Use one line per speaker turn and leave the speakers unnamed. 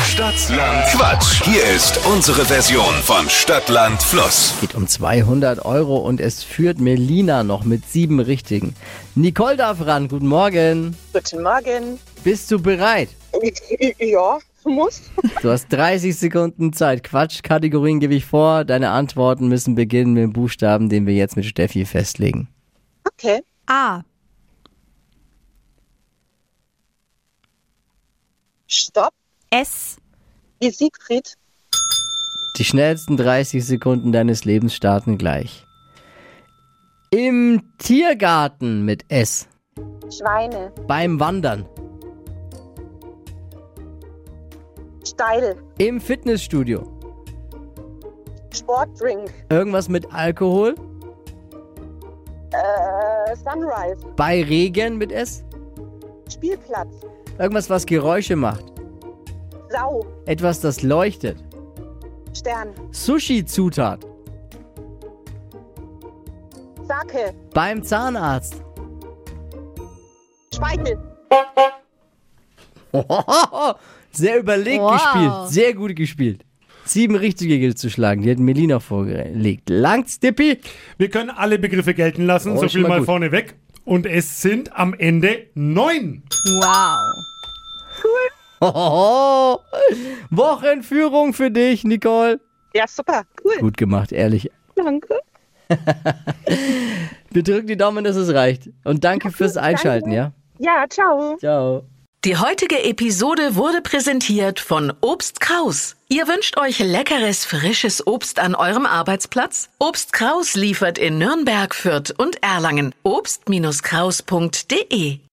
Stadtland Quatsch. Hier ist unsere Version von Stadtland Fluss.
geht um 200 Euro und es führt Melina noch mit sieben Richtigen. Nicole darf ran. Guten Morgen.
Guten Morgen.
Bist du bereit?
Ja, muss.
Du hast 30 Sekunden Zeit. Quatschkategorien gebe ich vor. Deine Antworten müssen beginnen mit dem Buchstaben, den wir jetzt mit Steffi festlegen.
Okay.
A.
Stopp.
S.
Wie Siegfried.
Die schnellsten 30 Sekunden deines Lebens starten gleich. Im Tiergarten mit S.
Schweine.
Beim Wandern.
Steil.
Im Fitnessstudio.
Sportdrink.
Irgendwas mit Alkohol.
Äh, Sunrise.
Bei Regen mit S.
Spielplatz.
Irgendwas, was Geräusche macht.
Sau.
Etwas, das leuchtet.
Stern.
Sushi-Zutat.
Sake.
Beim Zahnarzt.
Speichel.
Sehr überlegt
Wow.
gespielt. Sehr gut gespielt. Sieben richtige gilt zu schlagen. Die hat Melina vorgelegt. Langt's, Dippi.
Wir können alle Begriffe gelten lassen,
Oh,
so
ist
viel
schon mal
mal
gut.
vorneweg. Und es sind am Ende neun.
Wow.
Hohoho. Wochenführung für dich, Nicole.
Ja, super. Cool.
Gut gemacht, ehrlich.
Danke.
Wir drücken die Daumen, dass es reicht. Und danke fürs Einschalten, ja?
Ja, ciao.
Ciao.
Die heutige Episode wurde präsentiert von Obst Kraus. Ihr wünscht euch leckeres, frisches Obst an eurem Arbeitsplatz? Obst Kraus liefert in Nürnberg, Fürth und Erlangen. Obst-Kraus.de